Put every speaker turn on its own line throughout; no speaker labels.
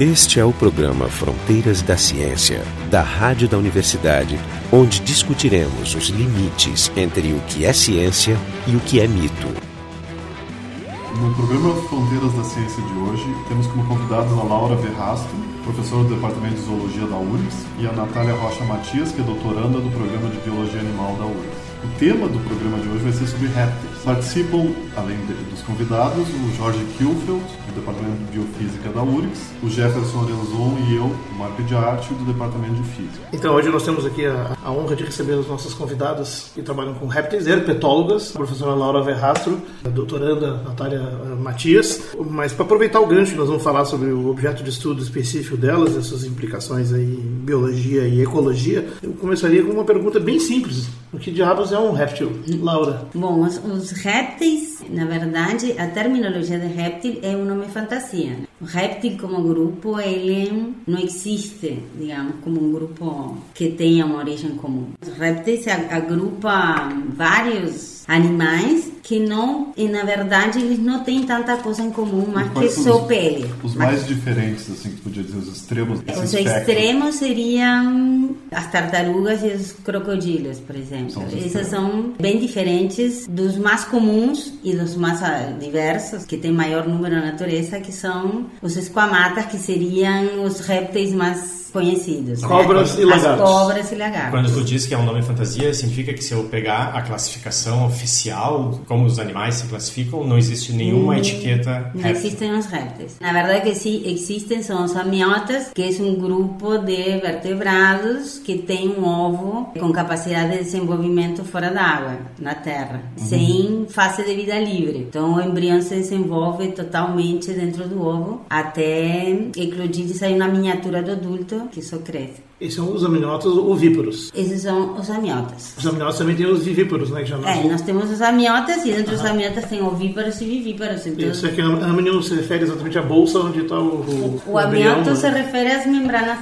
Este é o programa Fronteiras da Ciência, da Rádio da Universidade, onde discutiremos os limites entre o que é ciência e o que é mito.
No programa Fronteiras da Ciência de hoje, temos como convidados a Laura Verrasto, professora do Departamento de Zoologia da URGS, e a Natália Rocha Matias, que é doutoranda do Programa de Biologia Animal da URGS. O tema do programa de hoje vai ser sobre répteis. Participam, além de- dos convidados, o Jorge Kilfeld, do Departamento de Biofísica da URGS, o Jefferson Orenzon e eu, o Marco de Arte, do Departamento de Física.
Então, hoje nós temos aqui a, a honra de receber as nossas convidadas que trabalham com répteis, herpetólogas, a professora Laura Verrastro, a doutoranda Natália eh, Matias. Mas para aproveitar o gancho, nós vamos falar sobre o objeto de estudo específico delas, as suas implicações aí em biologia e ecologia. Eu começaria com uma pergunta bem simples. O que diabos é um réptil? Laura.
Bom, os, os répteis, na verdade, a terminologia de réptil é um nome fantasia. O réptil como grupo, ele não existe, digamos, como um grupo que tenha uma origem comum. Os répteis ag- agrupam vários animais que não, e na verdade, eles não têm tanta coisa em comum, mas que
Quais são
só
os-
pele.
Os
Mas-
mais diferentes, assim, que tu podia dizer, os extremos desse
os
espectro.
extremos seriam as tartarugas e os crocodilos, por exemplo.
São os extremos.
Esses são bem diferentes dos mais comuns e dos mais ah, diversos, que tem maior número na natureza, que são os esquamatas, que seriam os répteis mais conhecidos.
Cobras e
As
lagartos.
cobras e lagartos.
Quando tu diz que é um nome fantasia, significa que se eu pegar a classificação oficial, como os animais se classificam, não existe nenhuma etiqueta
Hum, Não
réptil.
existen los reptiles. La verdad que sí existen son los amniotas, que es un grupo de vertebrados que tem un ovo con capacidad de desenvolvimento fora da água, na terra, sem fase de vida livre. Então o embrião se desenvolve totalmente dentro do ovo até eclodir e sair uma miniatura do adulto que só cresce.
Esses são os aminotos um ovíparos.
Esses são os amniotas.
Os aminotos também têm os vivíparos, né? Que já
É, nós temos os amniotas e dentro dos amniotas tem ovíparos e vivíparos. Então,
Isso é que am- amnion se refere exatamente à bolsa onde está o, o,
O amianto
embrião,
se
né?
refere às membranas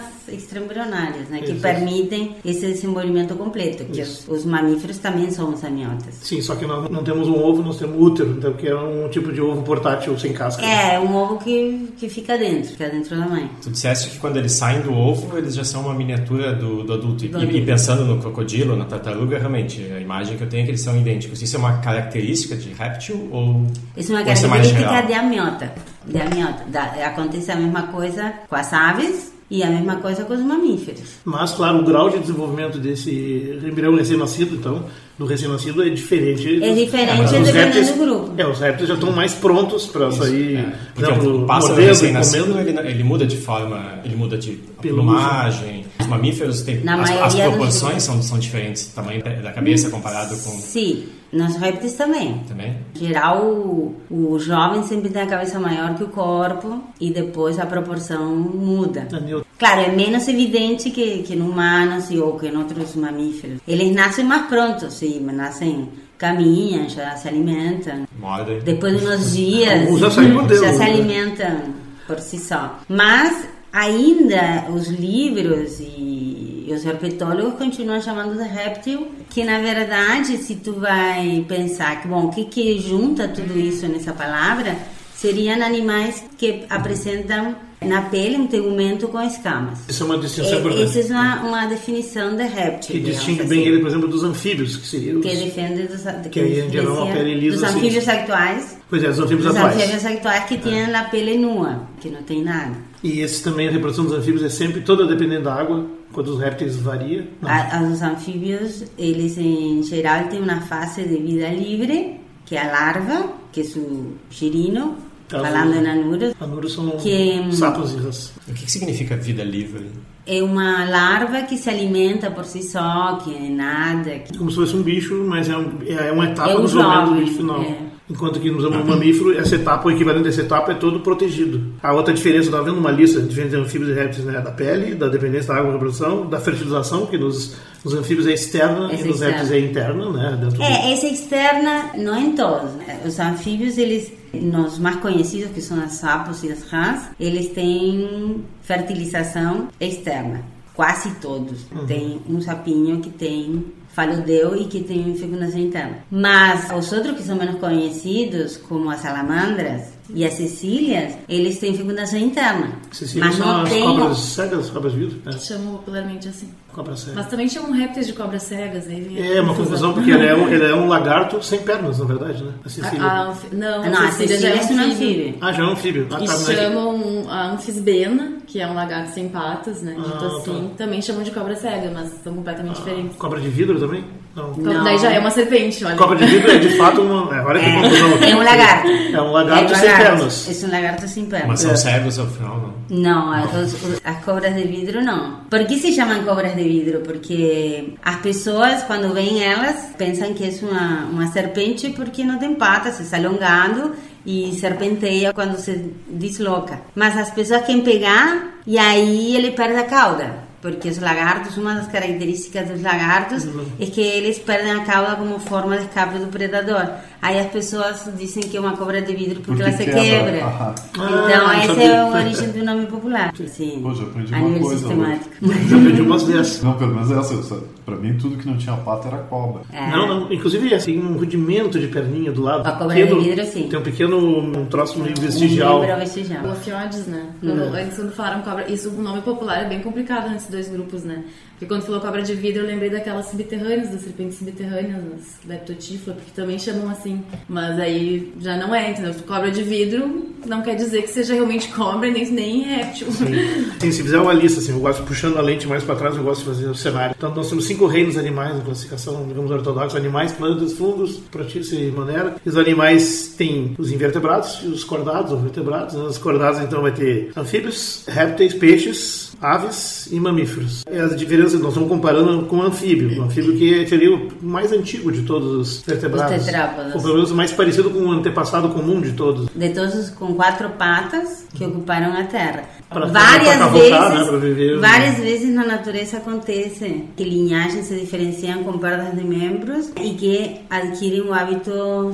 extraembrionárias, né, que
Isso.
permitem esse desenvolvimento completo, que os,
Isso.
os mamíferos também são os amiotas.
Sim, só que nós não temos um ovo, nós temos útero, então que é um tipo de ovo portátil sem casca.
É, um ovo que, que fica dentro, fica dentro da mãe.
Tu disseste que quando eles saem do ovo, eles já são uma miniatura do, do adulto. E,
Do adulto.
e pensando no crocodilo, na tartaruga, realmente, a imagem que eu tenho é que eles são idênticos. Isso é uma característica de réptil ou...
Isso é uma
ou isso mais
característica
geral?
de amiota. De amiota. Da- acontece a mesma coisa com as aves e a mesma coisa com os mamíferos.
Mas, claro, o grau de desenvolvimento desse embrião recém-nascido, então, do recém-nascido é diferente.
É diferente
Mas os
dependendo
répteis-
do grupo.
É, os répteis já estão mais prontos para sair,
É.
por
Porque
exemplo,
o pássaro
mordendo,
recém-nascido,
comendo. né?
ele, ele muda de forma, ele muda de
Peludo.
plumagem. Os mamíferos têm...
Na
as, as
maioria Hum. dos
proporções
grupos.
são, são diferentes. O tamanho da da cabeça comparado com...
Sim, nos répteis também.
Também?
Em geral, o, o jovem sempre tem a cabeça maior que o corpo e depois a proporção muda.
Daniel,
Claro, é menos evidente que, que em humanos e, ou que em outros mamíferos. Eles nascem mais prontos, e nascem, caminham, já se alimentam.
Mordem.
Depois de uns dias,
Alguns já saíram dele,
já se
né?
alimentam por si só. Mas ainda os livros e os herpetólogos continuam chamando de réptil, que na verdade, se tu vai pensar que, bom, o que, que junta tudo isso nessa palavra, seriam animais que apresentam na pele um tegumento com escamas.
Isso é uma distinção
É,
importante.
Essa é uma, uma definição de réptil.
que
digamos
distingue
assim
bem ele, por exemplo, dos anfíbios, que seriam os...
que defende dos, que
Que aí em geral é uma
diferencia
pele lisa,
dos
assim.
anfíbios atuais.
Pois é, os anfíbios
Dos
atuais.
anfíbios atuais que têm a pele nua, que não tem nada.
E esse também, a reprodução dos anfíbios é sempre toda dependendo da água, quando os répteis varia. Não.
A, a- os anfíbios, eles em geral têm uma fase de vida livre, que é a larva, que é o girino,
Tá
falando
bom.
em anuros.
Anuros são
Que- hum,
sapos e rãs.
O que, que significa vida livre?
É uma larva que se alimenta por si só, que é nada. que-
Como se fosse um bicho, mas é, um, é é uma etapa
É um
do isolamento do
jovem,
bicho final.
é.
Enquanto que no mamífero, essa etapa, o equivalente dessa etapa é todo protegido. A outra diferença, estava vendo uma lista diferente de anfíbios e répteis, né? Da pele, da dependência da água e reprodução, da fertilização, que nos, nos anfíbios é externa
Essa
e nos
é
répteis é interna, né? Dentro do...
É, essa externa não em todos. né? Os anfíbios, eles, nos mais conhecidos, que são as sapos e as rãs, eles têm
Uhum.
fertilização externa. Quase todos. Tem um sapinho que tem faludeu e que tem fecundação interna. Mas os outros que são menos conhecidos, como as salamandras e as cecílias, eles têm fecundação interna.
Cecília,
mas
são
não
as
tem...
cobras cegas, cobras vivas?
Chamam popularmente assim.
É, cobra cega.
Mas também chamam répteis de cobras cegas. né? Aí
É uma confusão porque ele é, um, ele é um lagarto sem pernas, na verdade, né? A
Ah,
Cecília.
A, a, anfi- não,
Não, a
Cecília
cecília
já é
é um
anfíbio.
anfíbio.
Ah, já é um anfíbio. Ah,
E
tá, mas-
chamam a anfisbena, que é um lagarto sem patas, né? Dito
Ah, tá. Ah,
assim. Também chamam de cobra cega, mas são completamente diferentes.
Cobra de vidro também? Não.
Então,
Não.
Daí já é uma serpente, olha.
Cobra de vidro é de fato uma. É, olha que confusão.
É, é um lagarto.
É um lagarto
É um
sem
lagarto.
pernas.
É um lagarto sem pernas.
Mas são
É.
cegos ao final, não.
Não, as, os- as cobras de vidro não. Por que se chamam cobras de vidro? Porque as pessoas, quando veem elas, pensam que é uma, uma serpente porque não tem patas, está alongado e serpenteia quando se desloca. Mas as pessoas querem pegar e aí ele perde a cauda. Porque os lagartos, uma das características dos lagartos é que eles perdem a cauda como forma de escape do predador. Aí as pessoas dizem que é uma cobra de vidro
Porque
porque, ela se
quebra.
quebra.
Aham.
Então,
Ah,
essa
sabia.
é a origem do nome popular. Sim.
Pô, já aprendi
a
uma
nível
coisa
sistemático.
Já aprendi umas dessas.
Não, pelo menos essa. eu sa- Pra mim, tudo que não tinha pata era cobra.
É.
Não, não. Inclusive, assim, um rudimento de perninha do lado.
A cobra de vidro, sim.
Tem um pequeno um troço meio vestigial.
Libra vestigial.
Golfiodes, né? Quando, Antes quando falaram cobra. Isso, o nome popular é bem complicado nesses dois grupos, né? Porque quando falou cobra de vidro, eu lembrei daquelas subterrâneas, das serpentes subterrâneas, das leptotífla, porque também chamam assim. Mas aí já não é, entendeu? Cobra de vidro não quer dizer que seja realmente cobra, nem, nem réptil.
Sim, se fizer uma lista, assim, eu gosto puxando a lente mais para trás, eu gosto de fazer o cenário. Então, nós temos cinco reinos animais na classificação, digamos, ortodoxa: animais, plantas, fungos, protícia e maneira. E os animais têm os invertebrados e os cordados, ou vertebrados. Né? Os cordados, então, vai ter anfíbios, répteis, peixes, aves e mamíferos. É as diferenças, nós estamos comparando com o anfíbio. O anfíbio que seria o mais antigo de todos os vertebrados.
Os tetrápodas.
Ou pelo menos o mais parecido com o antepassado comum de todos.
De todos os com quatro patas que ocuparam a Terra.
Pra-
várias
pra cavalgar, né, pra viver,
vezes,
né?
várias vezes na natureza acontece que linhagens se diferenciam com perdas de membros e que adquirem o hábito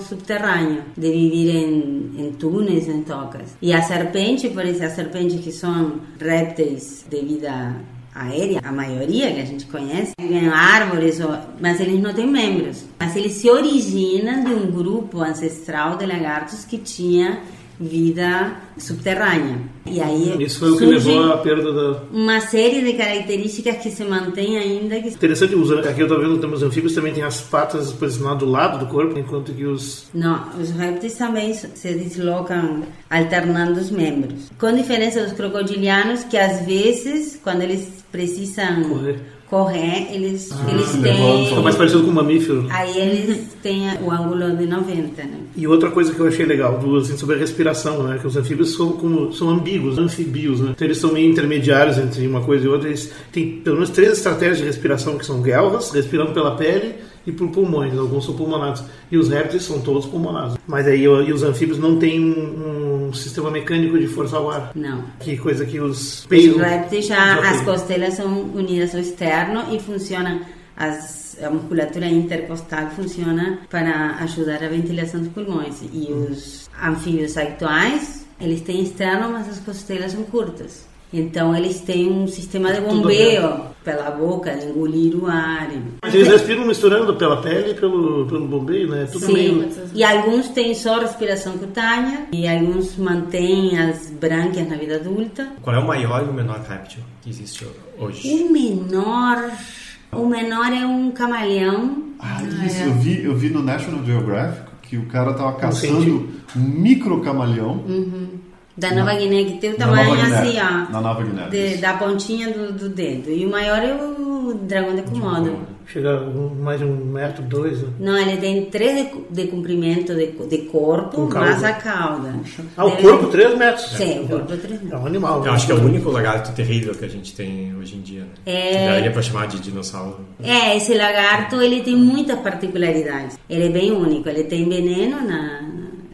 subterrâneo de viver em, em túneis, em tocas. E a serpente, por isso, as serpentes que são répteis de vida aérea, a maioria que a gente conhece, vivem em árvores, ó, mas eles não têm membros. Mas eles se originam de um grupo ancestral de lagartos que tinha vida subterrânea. E aí
Isso foi o que
surge
levou à perda da,
uma série de características que se mantém ainda que
Interessante, os- aqui eu tô vendo que os anfíbios também tem as patas posicionadas do lado do corpo, enquanto que os...
Não, os répteis também se deslocam alternando os membros. Com diferença dos crocodilianos, que às vezes, quando eles precisam
Correr.
correr, eles, eles
se
São
levantam.
têm.
mais parecidos com o mamífero.
Aí eles têm o ângulo de 90, né?
E outra coisa que eu achei legal, do, assim, sobre a respiração, né? Que os anfíbios são, como, são ambíguos, anfibios, né? Então eles são meio intermediários entre uma coisa e outra. Eles têm pelo menos três estratégias de respiração, que são guelras, respirando pela pele e por pulmões. Alguns são pulmonados. E os répteis são todos pulmonados. Mas aí e os anfíbios não têm um, um sistema mecânico de força ao ar.
Não.
Que coisa que os
Os
peidos...
répteis já,
já
as
têm.
costelas são unidas ao externo e funcionam, as, a musculatura intercostal funciona para ajudar a ventilação dos pulmões. E os anfíbios atuais, eles têm externo, mas as costelas são curtas. Então eles têm um sistema de
Tudo
bombeio pela boca, de engolir o ar.
Mas eles respiram misturando pela pele e pelo, pelo bombeio, né? Tudo meio...
Sim, e alguns têm só respiração cutânea e alguns mantêm as brânquias na vida adulta.
Qual é o maior e o menor réptil que existe hoje?
O menor. O menor é um camaleão.
Ah, isso. Eu, vi, eu vi no National Geographic que o cara tava caçando
sentido.
um micro camaleão
Da Nova Guiné, que tem o
na Nova
tamanho
Guiné.
assim, ó.
Na Nova Guiné.
de-
isso.
da pontinha do, do dedo. E o maior é o dragão de Komodo.
Chega um- mais de um metro, dois. né?
Não, ele tem 3 de, cu- de comprimento de, co- de corpo,
Com cauda.
mais a cauda.
Ah, o
Deve-
corpo, três metros.
É. Sim, o corpo é três metros.
É um animal.
Eu acho que é o único lagarto terrível que a gente tem hoje em dia, né?
É.
Que daria pra chamar de dinossauro.
É, esse lagarto, ele tem muitas particularidades. Ele é bem único. Ele tem veneno na,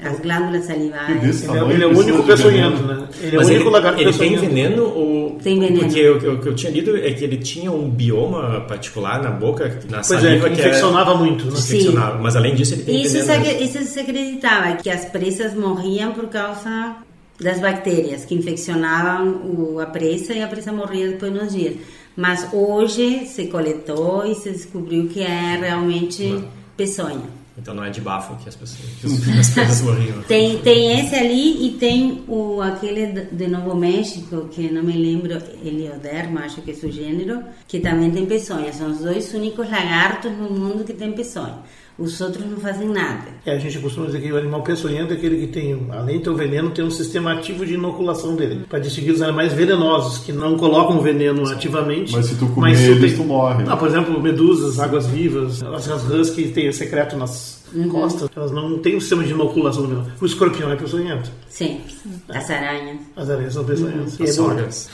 nas glândulas
E
salivares.
desse
Ele é,
tamanho,
ele é o
precisa
único
de
peçonhento,
veneno.
né? Ele é
Mas
o único
ele,
lagarto
ele tem
peçonhento.
veneno ou...
Tem veneno.
Porque o, que- o que eu tinha lido é que ele tinha um bioma particular na boca, na
Pois é,
saliva,
que
que era
infeccionava muito, né?
Sim.
infeccionava. Mas além disso, ele tem
Isso se,
veneno.
acre- isso se acreditava, que as presas morriam por causa das bactérias que infeccionavam o- a presa e a presa morria depois de uns dias. Mas hoje se coletou e se descobriu que é realmente peçonha.
Então não é de bafo que as pessoas, que os- as pessoas morriam.
Tem, tem esse ali e tem o, aquele d- de Novo México, que não me lembro, Helioderma, acho que é o gênero, que também tem peçonha. São os dois únicos lagartos no mundo que tem peçonha. Os outros não fazem nada.
É, a gente costuma dizer que o animal peçonhento é aquele que tem, além de ter o veneno, tem um sistema ativo de inoculação dele. Para distinguir os animais venenosos, que não colocam o veneno ativamente.
Mas se tu comer
se
eles, tu morre. né?
Ah, por exemplo, medusas, águas-vivas, as as rãs que têm secreto nas
Uhum.
costas, elas não têm um sistema de inoculação. Não. O escorpião é peçonhento.
Sempre. As aranhas.
As aranhas são peçonhentas. E é
As
Uhum.
bom.
sogas.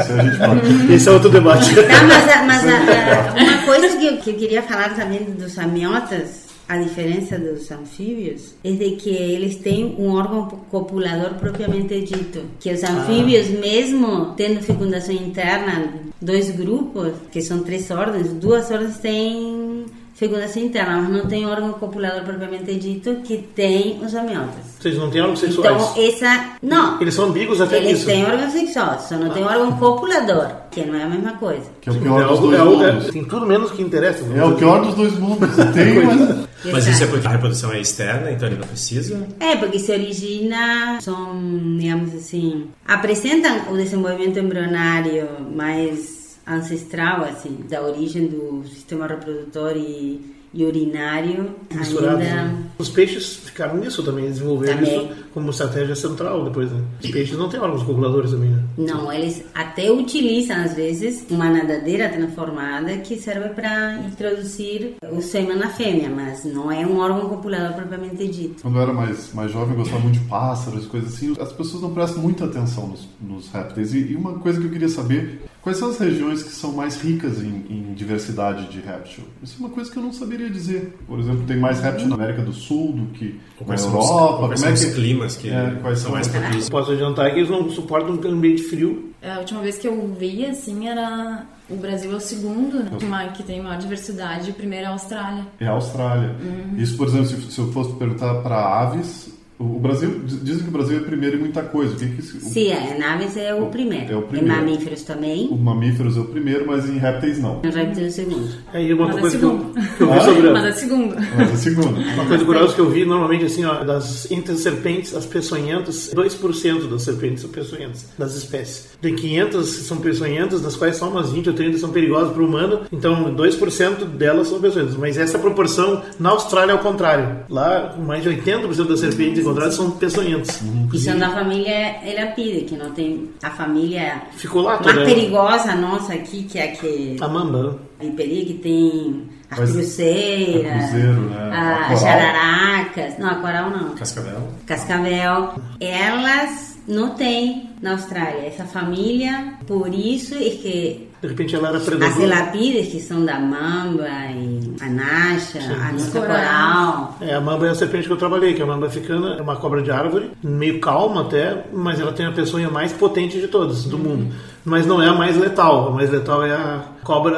Isso a gente pode.
Esse é outro debate.
Tá, mas, a- mas a- a- uma coisa que eu, que eu queria falar também dos amiotas, a diferença dos anfíbios, é de que eles têm um órgão copulador propriamente dito. Que os anfíbios, mesmo tendo fecundação interna, dois grupos, que são três ordens, duas ordens têm fecundação interna, mas não tem órgão copulador propriamente dito que tem os amiotas.
Vocês não têm órgãos sexuais.
Então, essa. Não!
Eles são ambíguos até
Eles
nisso.
têm órgão sexual, só não tem órgão copulador, que não é a mesma coisa.
Que é o
É
pior dos
algo-
dois
é algo- é-
mundos.
tem tudo menos que interessa.
É o pior dos dois mundos. Tem, mas.
Mas isso é porque a reprodução é externa, então ele não precisa.
É, porque se origina, são, digamos assim, apresentam o desenvolvimento embrionário mais ancestral, assim, da origem do sistema reprodutor e, e urinário.
misturados.
Ainda.
né? Os peixes ficaram nisso também, eles desenvolveram
Também.
isso como estratégia central depois, né? Os peixes não têm órgãos copuladores também, né?
Não, eles até utilizam, às vezes, uma nadadeira transformada que serve para introduzir o sêmen na fêmea, mas não é um órgão copulador propriamente dito.
Quando eu era mais, mais jovem, eu gostava muito de pássaros, coisas assim. As pessoas não prestam muita atenção nos, nos répteis. E, e uma coisa que eu queria saber, quais são as regiões que são mais ricas em, em diversidade de réptil? Isso é uma coisa que eu não saberia dizer. Por exemplo, tem mais réptil na América do Sul do que
Ou
na
quais são os- ou
Europa.
quais
Como
são
é
os
que...
climas que
É, quais são
são mais
os-
propícios?
Posso adiantar que eles não suportam um ambiente frio.
É, A última vez que eu vi, assim, era... O Brasil é o segundo, né? que ma- Que tem maior diversidade. O primeiro é a Austrália.
É a Austrália. Isso, por exemplo, se, se eu fosse perguntar para aves, o, o Brasil... diz- Dizem que o Brasil é primeiro em muita coisa. O que que... isso-
Sim, a naves é o primeiro.
É o
Em
primeiro.
mamíferos também.
O, o mamíferos é o primeiro, mas em répteis não.
No réptil é o segundo.
Aí uma
Mas
outra
é
coisa que eu,
segundo.
que eu vi
Ah?
sobre
Mas é
a,
o segundo.
Mas é segundo.
uma coisa curiosa que eu vi normalmente assim, ó, das entre as serpentes, as peçonhentas, 2% das serpentes são peçonhentas, das espécies. Tem 500 que são peçonhentas, das quais só umas 20 ou 30 são perigosas para o humano, então 2% delas são peçonhentas. Mas essa proporção na Austrália é o contrário. Lá, mais de 80% das serpentes encontradas são peçonhentas.
E são da família Elapide, que não tem a família
Ficou lá
mais
toda ela.
perigosa nossa aqui, que é a que
A mamba, né?
Iperia, que tem as
Mas-
cruceiras,
a cruzeiro, né? A
a-
coral.
as jararacas, não, a coral não,
Cascavel.
cascavel, elas não têm na Austrália essa família, por isso é que
de repente ela era
as
predadora.
elapides, que são da mamba e a nacha, a nossa
Coral.
coral,
É, a mamba é a serpente que eu trabalhei, que é a mamba africana, é uma cobra de árvore, meio calma até, mas ela tem a peçonha mais potente de todas, do mundo. Mas não é a mais letal, a mais letal é a cobra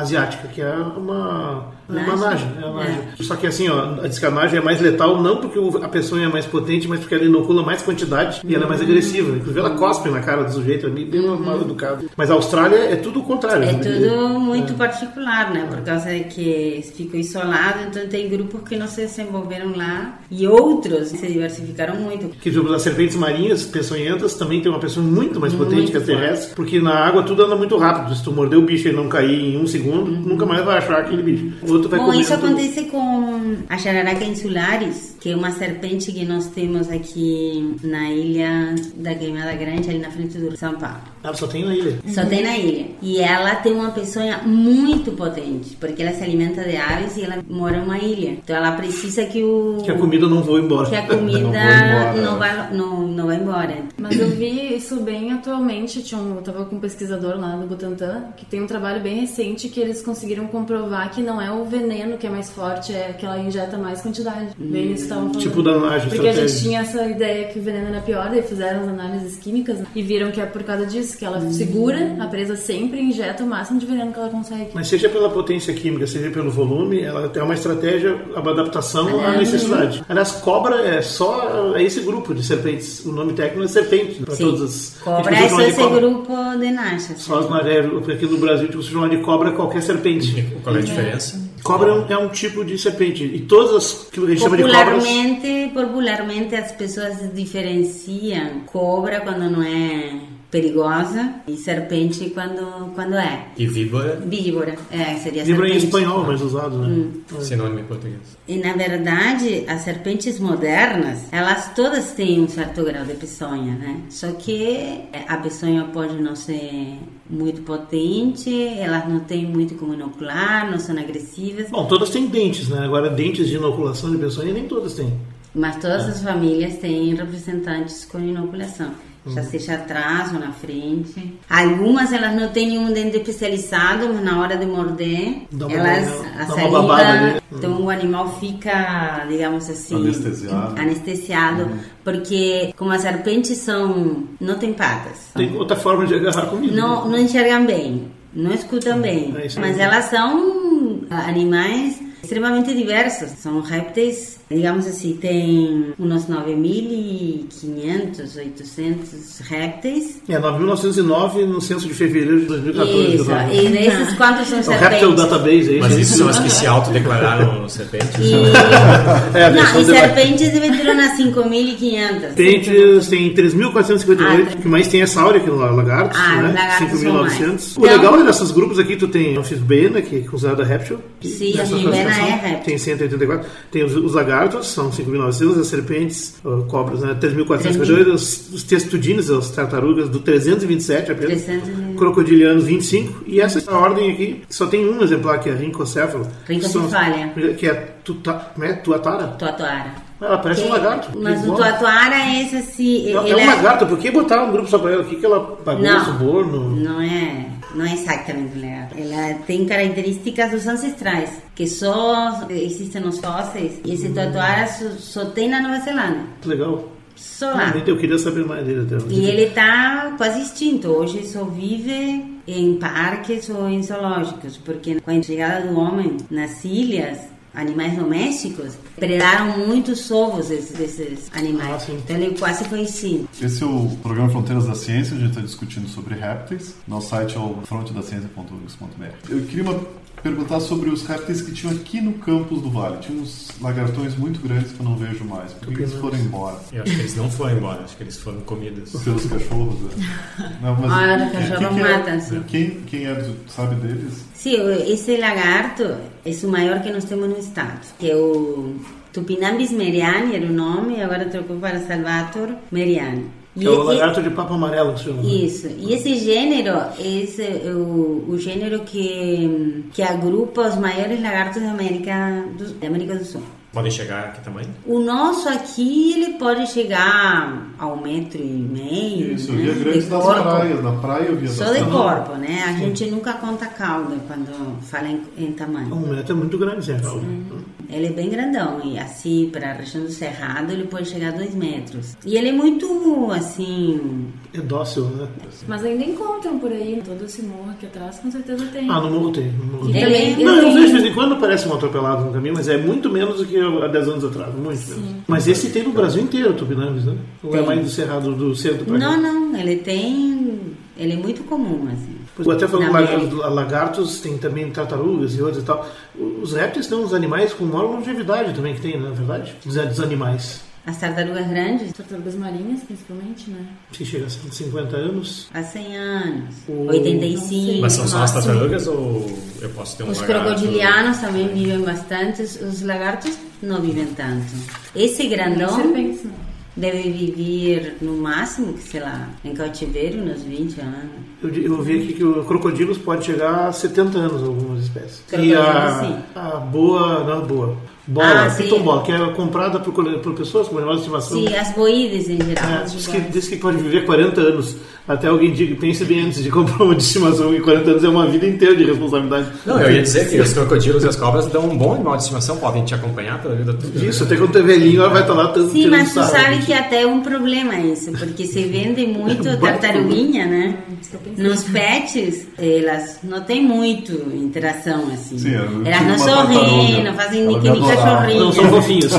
asiática, que é uma... é Uma
Naja.
naja, é uma naja. Só que assim, ó, a descanagem é mais letal não porque o- a peçonha é mais potente, mas porque ela inocula mais quantidade e ela é mais
Uhum.
agressiva. Inclusive ela cospe na cara do sujeito, é bem bem mal educado. Mas a Austrália é tudo o contrário.
É
né?
tudo muito particular, né? Por causa de que ficou isolado, então tem grupos que não se desenvolveram lá e outros se diversificaram muito.
Que tipo, as serpentes marinhas, peçonhentas, também tem uma pessoa muito mais potente
Muito
que as terrestres, porque na água tudo anda muito rápido. Se tu morder o bicho e não cair em um segundo, nunca mais vai achar aquele bicho. O outro vai
Uhum. Bom,
comer.
isso acontece com a jararaca insulares, que é uma serpente que nós temos aqui na ilha da Queimada Grande, ali na frente do São Paulo.
Ah, só tem na ilha.
Só tem na ilha. E ela tem uma peçonha muito potente, porque ela se alimenta de aves e ela mora em uma ilha. Então ela precisa que o...
Que a comida não voa embora.
que a
Não vai
comida
embora.
não vai, não, não vai embora.
Mas eu vi isso bem atualmente. Tinha um, eu tava com um pesquisador lá do Butantan, que tem um trabalho bem recente que eles conseguiram comprovar que não é o veneno que é mais forte, é aquela ela injeta mais quantidade. Bem, isso estavam falando.
Hum, Tipo drenagem
Porque a gente
estratégica.
tinha essa ideia que o veneno era pior, daí fizeram as análises químicas né? e viram que é por causa disso, que ela
Hum.
segura a presa sempre e injeta o máximo de veneno que ela consegue.
Mas seja pela potência química, seja pelo volume, ela é uma estratégia, uma adaptação
Uhum.
à necessidade. Aliás, cobra é só é esse grupo de serpentes. O nome técnico é serpente para
Sim.
todas as.
Cobra
a
é
gente
só
costuma chamar de
esse
cobra.
grupo de nachas.
Só as marés, aqui no Brasil, tipo, se chama de cobra qualquer serpente.
Qual é
Uhum.
a diferença?
Cobra é um, é um tipo de serpente. E todas as que a gente chama de cobras.
Popularmente, popularmente as pessoas diferenciam cobra quando não é perigosa e serpente quando, quando é.
E víbora,
Víbora, é, seria
Libra em
serpente. Hum.
espanhol mais usado, né?
sinônimo em português.
E na verdade, as serpentes modernas, elas todas têm um certo grau de peçonha, né? Só que é, a peçonha pode não ser muito potente, elas não têm muito como inocular, não são agressivas,
Bom, todas têm dentes, né? Agora, dentes de inoculação de peçonha nem todas têm.
mas todas as famílias têm representantes com inoculação.
Hum.
Já seja atrás ou na frente. Algumas elas não têm nenhum dente especializado, mas na hora de morder,
Dá uma-
elas a
dá uma babada
saliva.
ali. Hum.
Então o animal fica, digamos assim,
Anestesiado.
anestesiado,
Hum.
porque como as serpentes são, não tem patas,
Tem outra forma de agarrar né? comida.
Ah. não, não enxergam bem, não escutam bem,
É isso aí.
mas elas são ah, animais extremamente diversos, são répteis, digamos assim, tem uns 9.500, 800 répteis,
É, 9.909 no censo de fevereiro de 2014.
isso,
né?
e desses quantos são
É o Reptile
serpentes?
Database, é isso?
Mas isso são as que se autodeclararam serpentes?
E,
É, a versão
não, e
de-
serpentes devem ter umas 5.500.
Serpentes tem 3.458,
Ah,
o que mais tem é Sauria, que é lagartos, né?
Ah, lagartos são mais.
5.900. O
Então-
legal é desses grupos aqui, tu tem a Fisbena, que é considerada réptil. que
Sim,
nessa
a Fisbena é
classificação
réptil.
Tem 184. Tem os, os lagartos, são 5.900, as serpentes, ah, cobras, né? 3.458, os, os testudines, as tartarugas, do 327 apenas.
300.
Crocodilianos, 25. E essa ordem aqui, só tem um exemplar, que é a Rincocéfalo.
Rhincocefalea.
Que é tuta, como é? tuatara.
Tuatuara.
Ela parece um lagarto.
Mas o
Igual.
Tuatuara é esse assim.
Não,
ele
é uma gata, por que botar um grupo só pra ela? O que, que ela pagou?
Não.
Suborno?
Não é, não é exatamente legal. Ela tem características dos ancestrais, que eh, só existem nos fósseis. E esse tatuara só, só tem na Nova Zelândia.
Legal.
Só lá.
Eu queria saber mais dele até.
E ele tá quase extinto. Hoje só vive em parques ou em zoológicos, porque com a chegada do homem nas ilhas, animais domésticos predaram muitos ovos desses, desses
Ah,
animais.
sim.
então ele quase foi extinto.
Esse é o programa Fronteiras da Ciência, a gente está discutindo sobre répteis. Nosso site é o frontedaciencia.org.br. Eu queria uma- perguntar sobre os répteis que tinham aqui no campus do Vale. Tinha uns lagartões muito grandes que eu não vejo mais. Por que que eles foram embora?
Eu acho que eles não foram embora, acho que eles foram comidos.
Pelos cachorros, né? Não, mas
Ah, era
quem-
cachorro
quem que é-
mata, sim.
Quem, quem é, do- sabe deles?
Sim, esse lagarto é o maior que nós temos no estado, que é o Tupinambis meriani, era o nome, e agora trocou para Salvator meriani. E
É o
e-
lagarto de papo amarelo que se chama. né?
isso. E esse gênero esse é o, o gênero que, que agrupa os maiores lagartos da América do, da América do Sul.
Podem chegar a que tamanho?
O nosso aqui, ele pode chegar a um metro e meio.
Isso, eu
né,
via grandes
de
nas
corpo.
praias. Na praia eu via
Só de
bastante.
corpo, né? A gente nunca conta cauda quando fala em, em tamanho.
Um metro é muito grande, né?
Ele é bem grandão e assim para a região do cerrado ele pode chegar a dois metros. E ele é muito assim.
É dócil, né?
Mas ainda encontram por aí, todo esse morro aqui atrás, com certeza tem.
Ah, no morro tem. no morro
E
tem.
é
também-
Não, eu
tem-
vejo de vez em quando parece um atropelado no caminho, mas é muito menos do que há 10 anos atrás, muito menos. Mas esse tem no Brasil inteiro, Tupinambis, né? Ou é
Tem.
mais do Cerrado do Centro pra cá?
Não, não, ele tem. Ele é muito comum, assim.
Pois, eu até falando
Na América.
lagartos, lagartos, tem também tartarugas e outros e tal. Os répteis são os animais com maior longevidade também que tem, não é verdade? Dos, dos animais.
As tartarugas grandes,
Tartarugas marinhas, principalmente, né?
Se chega a 50 anos.
há 100 anos,
O-
Sim,
85.
Mas são só as
máximo.
tartarugas ou eu posso ter um
Os
lagarto?
crocodilianos também vivem bastante, os- os lagartos não vivem tanto. Esse
Tem
grandão
serpentes, né?
deve viver no máximo, sei lá, em cautiveiro, nos 20 anos.
Eu, di- eu vi aqui que o crocodilos pode chegar a 70 anos, algumas espécies. E
Crocodilo,
a,
sim.
a boa, não a boa. Bola,
Ah, sim.
pitombola, que é comprada por, cole- por pessoas com animais de estimação.
Sim, as boídes em
É,
Ah,
geral.
diz, que, diz que pode viver 40 anos. Até alguém diga, pense bem antes de comprar uma de estimação, e 40 anos é uma vida inteira de responsabilidade.
Não, é eu ia dizer que os crocodilos e as cobras dão um bom animal de estimação, podem te acompanhar pela vida toda.
Isso, até quando tu é velhinho, ela vai estar lá tanto
Sim,
tirando
mas tu
sarro.
sabe que até é um problema isso, porque se vende muito
É um baita
tartaruguinha, né?
Hum, isso que eu pensei.
Nos pets, elas não têm muito interação, assim.
Sim, eu tive
elas
uma
não sorriem,
tartaruga.
não fazem
Ela me adorava.
nique-nique cachorrinho.
Não são fofinhos.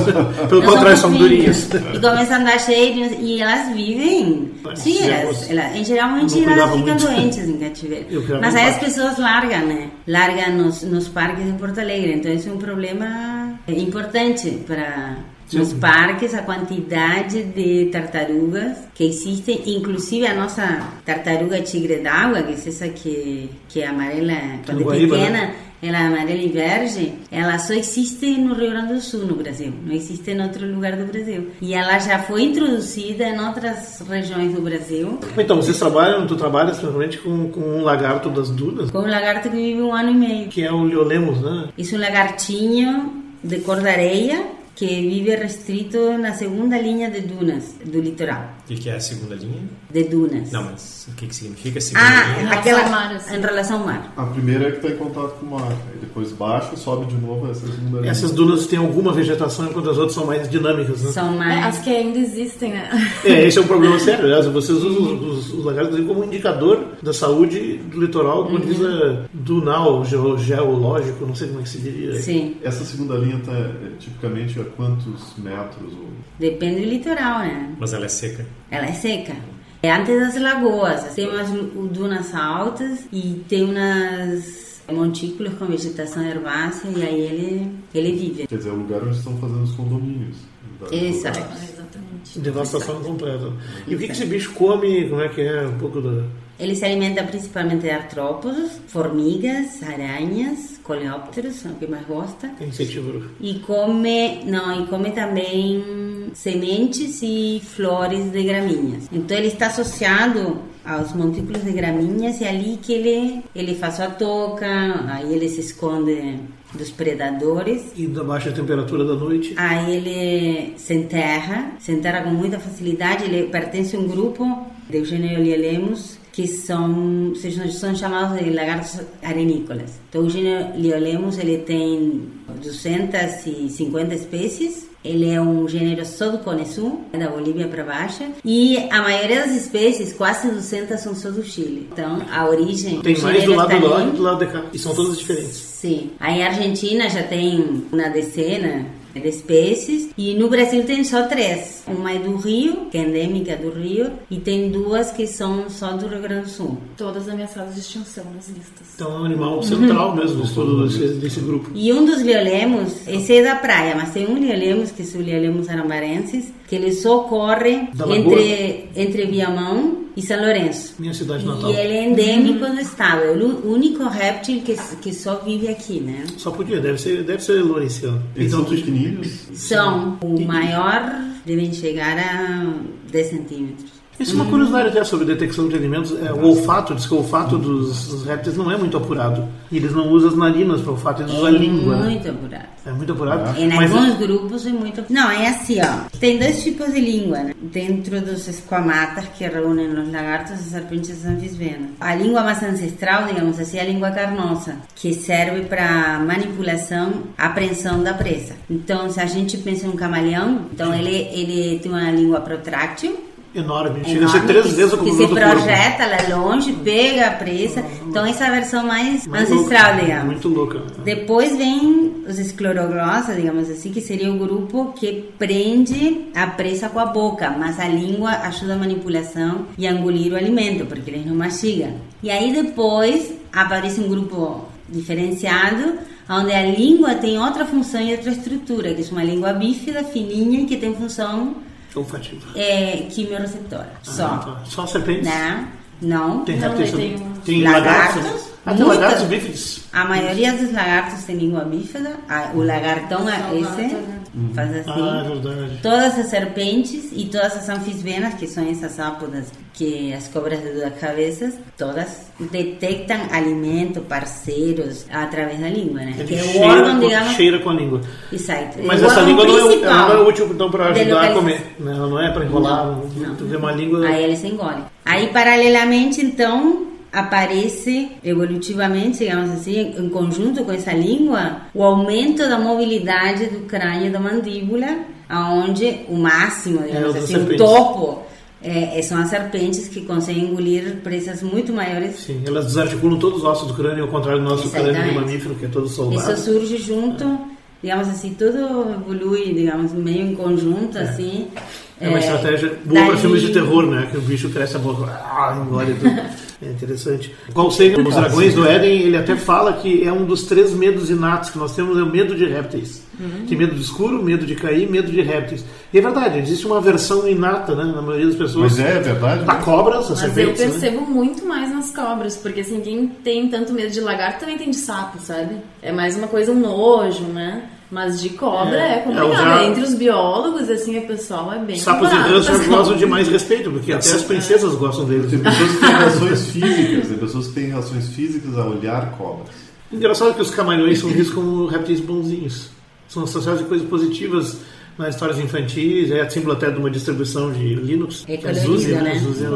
Pelo
Não
contrário, são
fofinhas.
durinhos.
E começam a andar cheias e elas vivem.
Mas
Sim,
se elas-
elas, elas, em
eu
geralmente
não
elas
cuidava
ficam
muito.
doentes em
Eu
cativeiro.
cuidava
Mas
muito
aí as
mais.
pessoas largam, né? Largam nos, nos parques em Porto Alegre. Então isso é um problema importante para
Sim.
nos parques, a quantidade de tartarugas que existem, inclusive a nossa tartaruga tigre d'água, que é essa que, que é amarela quando é
Guaíba, né?
pequena, ela é amarela e verde, ela só existe no Rio Grande do Sul, no Brasil. Não existe em outro lugar do Brasil. E ela já foi introduzida em outras regiões do Brasil.
Então, vocês trabalham, tu trabalhas principalmente com, com um lagarto das dunas,
Com um lagarto que vive um ano e meio.
que é o Leolemos, né?
Isso é um lagartinho de cor da areia que vive restrito na segunda linha de dunas, do litoral.
O que que é a segunda linha?
De dunas.
Não, mas o que, que significa a segunda linha?
Ah,
Em
aquela
relação ao mar, assim.
em relação ao mar.
A primeira é que está em contato com o mar. Aí depois baixa, sobe de novo, essa é a segunda linha.
Essas dunas têm alguma vegetação, enquanto as outras são mais dinâmicas, né?
São
É,
mais.
As que ainda existem, né?
É, esse é um problema sério. Aliás, vocês usam os, os- os lagartos como indicador da saúde do litoral, do ponto de
Uhum.
vista dunal, geo- geológico, não sei como é que se diria.
Sim.
Essa segunda linha está é, tipicamente a quantos metros? Ou...
Depende do litoral, né?
Mas ela é seca.
Ela é seca. É antes das lagoas. Tem umas dunas altas e tem umas montículos com vegetação herbácea e aí ele, ele vive.
Quer dizer, é o lugar onde estão fazendo os condomínios. Tá? Da- do
Exato.
lugar.
Exatamente.
Devastação completa. E o que, que esse bicho come? Como é que é um pouco da.
Ele se alimenta principalmente de artrópodos, formigas, aranhas, coleópteros, são o que mais gosta.
insetívoro?
E come, não, e come também sementes e flores de gramíneas. Então ele está associado aos montículos de gramíneas e é ali que ele ele faz sua toca, aí ele se esconde dos predadores.
E da baixa temperatura da noite.
Aí ele se enterra, se enterra com muita facilidade, ele pertence a um grupo de Eugênio Liolemus que são, sejam- são chamados de lagartos arenícolas. Então, o Eugênio Liolemus ele tem 250 espécies, ele é um gênero só do Cone Sul, é da Bolívia para baixo, e a maioria das espécies, quase 200, são só do Chile. Então, a origem...
Tem
o
mais do
gênero
lado
está
de lá
ali.
e do lado de cá. E são todas diferentes.
Sim. Aí a Argentina já tem uma decena né? É de espécies e no Brasil tem só três. Uma é do Rio, que é endêmica do Rio, e tem duas que são só do Rio Grande do Sul.
Todas ameaçadas de extinção nas listas.
Então é um animal
Uhum.
central mesmo no estudo desse, desse grupo.
E um dos liolemos, esse é da praia, mas tem um liolemos, que é o liolemos arambarensis, que ele só corre
Da lagoa? tá
entre, entre Viamão e São Lourenço.
Minha cidade natal.
E ele é endêmico do estado, é o lu- único réptil que, que só vive aqui, né?
Só podia, deve ser, deve ser Lourençiano.
Eles
Então,
são pequenininhos?
São o maior, devem chegar a 10 centímetros.
Isso
Uhum.
é uma curiosidade até sobre detecção de alimentos. É, o olfato, diz que o olfato dos, dos répteis não é muito apurado. E eles não usam as narinas para olfato, eles
Uhum.
usam a língua. né?
Muito apurado.
É muito apurado.
Em
Mas
alguns grupos é muito. Não, é assim, ó. Tem dois tipos de língua, né? Dentro dos esquamatas que reúnem os lagartos e serpentes anfisbenas. A língua mais ancestral, digamos assim, é a língua carnosa, que serve para manipulação, apreensão da presa. Então, se a gente pensa em um camaleão, então ele, ele tem uma língua protráctil,
enorme. Chega a
É enorme,
ser três vezes o
que
comprimento
se
do corpo.
projeta lá longe, pega a presa. Então essa é a versão mais
Muito
ancestral,
louca,
digamos.
Muito louca.
Depois vem os escleroglossas, digamos assim, que seria o grupo que prende a presa com a boca, mas a língua ajuda a manipulação e a engolir o alimento, porque eles não mastigam. E aí depois aparece um grupo diferenciado, onde a língua tem outra função e outra estrutura, que é uma língua bífida, fininha, e que tem função
Olfativa.
é, quimiorreceptora, só. Né?
Ah, tá. Só serpentes?
Não, não.
Tem
Não,
répteis
daí tem
também?
uns
Tem
lagartos.
lagartos? Ah, tem
Muitas.
lagartos bífides.
A maioria dos lagartos tem língua bífida, a- o lagartão é
Só
esse.
lagarto, né?
Faz assim.
Uhum. Ah, é verdade.
Todas as serpentes e todas as anfisbenas, que são essas ápodas que as cobras de duas cabeças, todas detectam alimento, parceiros, através da língua, né?
Ele
que é o
cheira,
órgão,
com,
digamos.
cheira com a língua.
Exato.
Mas
O
essa
um órgão
língua não é,
principal
ela não é útil então para
de
ajudar a
localização.
comer. né? Ela não é para enrolar. tu vê uma língua.
Aí é- eles engolem. Aí, paralelamente, então, aparece evolutivamente, digamos assim, em conjunto com essa língua, o aumento da mobilidade do crânio e da mandíbula, aonde o máximo, digamos
É, das
assim, o
serpentes.
topo, é, é- são as serpentes que conseguem engolir presas muito maiores.
Sim, elas desarticulam todos os ossos do crânio, ao contrário do nosso crânio do
Exatamente.
mamífero, que é todo soldado.
Isso surge junto, digamos assim, tudo evolui, digamos, meio em conjunto, assim.
É uma
É,
estratégia boa para
daí-
filmes de terror, né? Que o bicho cresce a boca, ah, engole tudo. É interessante. Qual seja, os dragões do Éden, ele até fala que é um dos três medos inatos que nós temos, é o medo de répteis. Tem medo do escuro, medo de cair, medo de répteis. E é verdade, existe uma versão inata, né? Na maioria das pessoas.
Mas é, é verdade?
A cobras, as
Mas eu
serpentes, né?
percebo muito mais nas cobras, porque assim, quem tem tanto medo de lagarto também tem de sapo, sabe? É mais uma coisa, um nojo, né? Mas de cobra
É,
é,
é
complicado.
usar-
Entre os biólogos, assim, o pessoal é bem
Sapos e
comparado
rãs já
com as
gostam
cobras.
de mais respeito, porque até as princesas gostam deles. né?
Tem pessoas que têm reações físicas, tem pessoas que têm reações físicas a olhar cobras.
Engraçado que os camaleões são vistos como répteis bonzinhos. São associados a coisas positivas nas histórias infantis, é símbolo até de uma distribuição de Linux.
É
a Zuzi,
colorido, né?
Zuzi é um-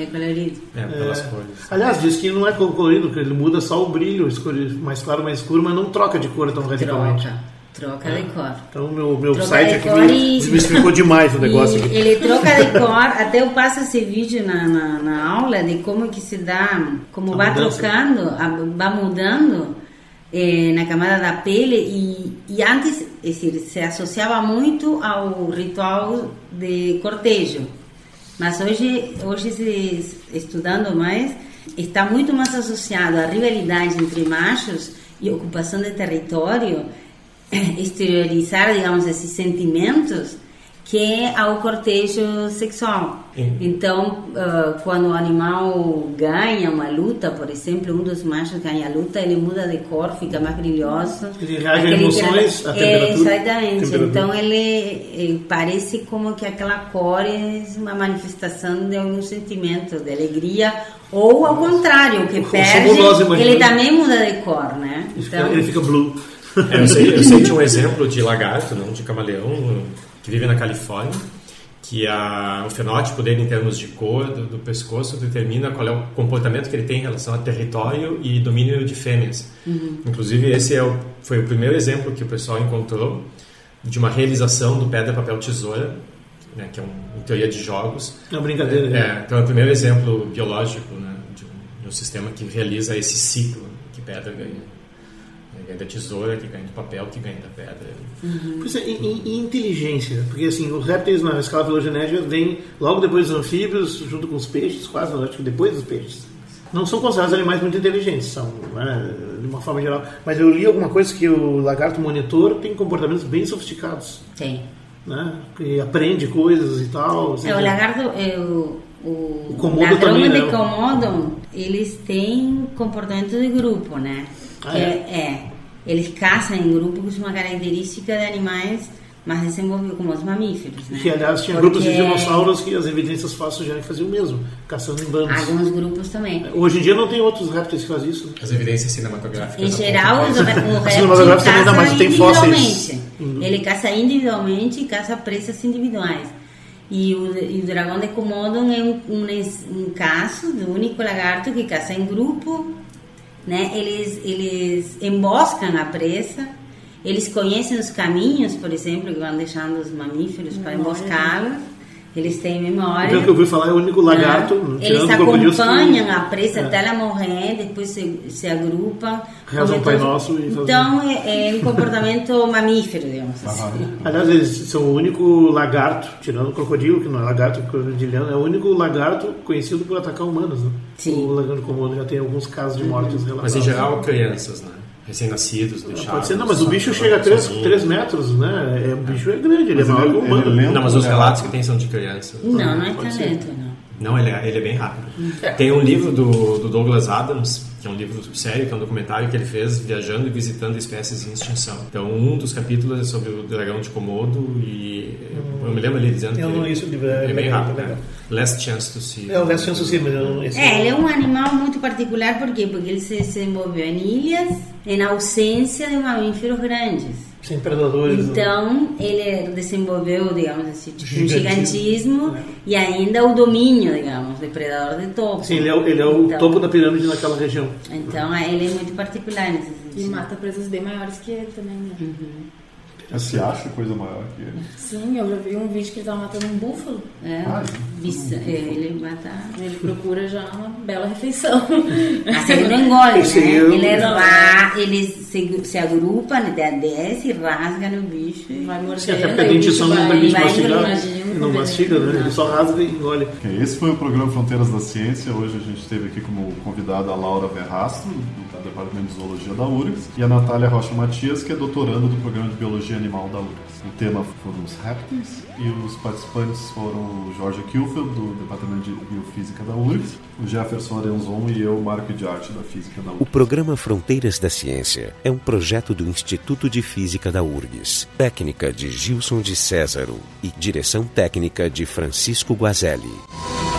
É colorido.
É, pelas cores.
Aliás, diz que não é colorido, que ele muda só o brilho, escuro, mais claro, mais escuro, mas é não troca de cor tão radicalmente.
Troca. Troca de cor.
Então meu, meu
Troca
site
de
aqui
cor
me,
e-
me explicou demais o negócio
E
aqui.
ele troca de cor, até eu passo esse vídeo na, na, na aula de como que se dá, como
A
vai
mudança.
trocando, a- vai mudando eh, na camada da pele e, e antes, é dizer, se associava muito ao ritual de cortejo, mas hoje, hoje se, estudando mais, está muito mais associado à rivalidade entre machos e ocupação de território exteriorizar, digamos, esses sentimentos que é ao cortejo sexual. Então, ah, quando o animal ganha uma luta, por exemplo, um dos machos ganha a luta, ele muda de cor, fica mais brilhoso.
Ele reage a
Aquele
emoções,
ter-
a temperatura.
É, exatamente.
Temperatura.
Então, ele, eh, parece como que aquela cor é uma manifestação de algum sentimento, de alegria, ou ao contrário, o que
Como
perde,
nós imaginamos.
ele também muda de cor, né?
Ele fica, ele fica blue.
É, eu, sei, eu sei de um exemplo de lagarto, não de camaleão, que vive na Califórnia, que a, o fenótipo dele em termos de cor do, do pescoço determina qual é o comportamento que ele tem em relação a território e domínio de fêmeas. Inclusive esse é o, foi o primeiro exemplo que o pessoal encontrou de uma realização do pedra, papel, tesoura, né, que é um, em teoria de jogos,
É uma brincadeira. né?
é, então é o primeiro exemplo biológico né, de, um, de um sistema que realiza esse ciclo que pedra ganha. Né, Ganha da tesoura, que ganha do papel, que ganha da pedra.
Por isso, e, e- e inteligência, porque assim, os répteis na escala filogenética vêm logo depois dos anfíbios, junto com os peixes, quase, eu acho que depois dos peixes. Não são considerados animais muito inteligentes, são, né, de uma forma geral. Mas eu li alguma coisa que o lagarto monitor tem comportamentos bem sofisticados,
Tem.
né? Que aprende coisas e tal. assim,
É, o
que-
lagarto, é, o, o,
O Komodo
ladrão
também,
de
né?
Komodo, eles têm comportamento de grupo, né?
Ah,
Que
é?
é. Eles caçam em grupo, que é uma característica de animais mais desenvolvidos, como os mamíferos, né?
Que aliás tinha
Porque
grupos de dinossauros que as evidências fósseis já faziam o mesmo, caçando em bandos.
Alguns grupos também.
Hoje em dia não tem outros répteis que fazem isso. né?
As evidências cinematográficas.
Em geral, os- o réptil
cinematográficos
caça
ainda mais tem fósseis.
individualmente. Ele caça individualmente e caça presas individuais. E o, e o dragão de Komodo é um, um, ex- um caso do único lagarto que caça em grupo. Né? Eles, eles emboscam a presa, eles conhecem os caminhos, por exemplo, que vão deixando os mamíferos para emboscá-los. Eles têm memória.
Pelo que eu ouvi falar, é o único lagarto. tirando
Eles
o crocodilo, que-
acompanham a presa
um É.
até ela morrer, depois se, se agrupam.
Rezam
Come
o um Pai
todos-
Nosso e fazem-
Então é, é um comportamento mamífero, digamos assim.
Aliás, eles são o único lagarto, tirando o crocodilo, que não é lagarto crocodiliano, é o único lagarto conhecido por atacar humanos, né?
Sim.
O lagarto comodo já tem alguns casos de mortes relatados.
Mas em geral, crianças, né? recém-nascidos, deixados.
Pode ser, não, mas o bicho
sabe,
chega a 3,
sozinho.
metros, né? É, o bicho é grande, ele
Mas
é maior
ele-
que o humano.
ele lembra-
Não, mas os
né?
relatos que tem são de criança.
Não, não é
Pode ser.
talento, não.
Não, ele é, ele é bem rápido.
Uhum.
Tem um livro do, do Douglas Adams, que é um livro sério, que é um documentário que ele fez viajando e visitando espécies em extinção. Então, um dos capítulos é sobre o dragão de Komodo e eu me lembro ele dizendo
Eu
que
não
ele,
li esse livro, é
ele é bem
legal,
rápido.
é legal.
né? Last Chance to See.
É o Last Chance Sim, mas eu não esse-
É, ele é um animal muito particular, por quê? Porque ele se desenvolveu em ilhas, em ausência de mamíferos grandes.
Sem predadores. né?
é- Então, ele desenvolveu, digamos assim, tipo, um
Gigantismo. né?
gigantismo e ainda o domínio, digamos, depredador de topo.
Sim, ele é, o- ele é o
Então-
topo da pirâmide naquela região.
Então, aí ele é muito particular nesse
E
sentido.
mata presas bem maiores que ele também, né?
Se acha coisa maior que ele.
Sim, eu já vi um vídeo que ele tava matando um búfalo.
É,
Ah,
bis- é, ele mata...
Ele procura já uma bela refeição.
Mas ele não engole,
Esse
né?
eu-
Ele, é
Não.
ra- ele se, se agrupa, né? Tem a 10 e rasga no bicho. e-
Vai morder.
Sim, até porque a
daí o
dentição
bicho
não
vai-
permite
vai um
mastigar.
engolindo,
Não
comendo.
mastiga, né? Ele só rasga e engole.
Ok, Esse foi o programa Fronteiras da Ciência. Hoje a gente teve aqui como convidada a Laura Verrastro, do Departamento de Zoologia da URGS, e a Natália Rocha Matias, que é doutoranda do Programa de Biologia Animal da URGS. O tema foram os répteis e os participantes foram o Jorge Kilfield, do Departamento de Biofísica da URGS, o Jefferson Arenzon e eu, Marco de Arte da Física da
O
URGS.
programa Fronteiras da Ciência é um projeto do Instituto de Física da URGS, técnica de Gilson de Césaro e direção técnica de Francisco Guazelli.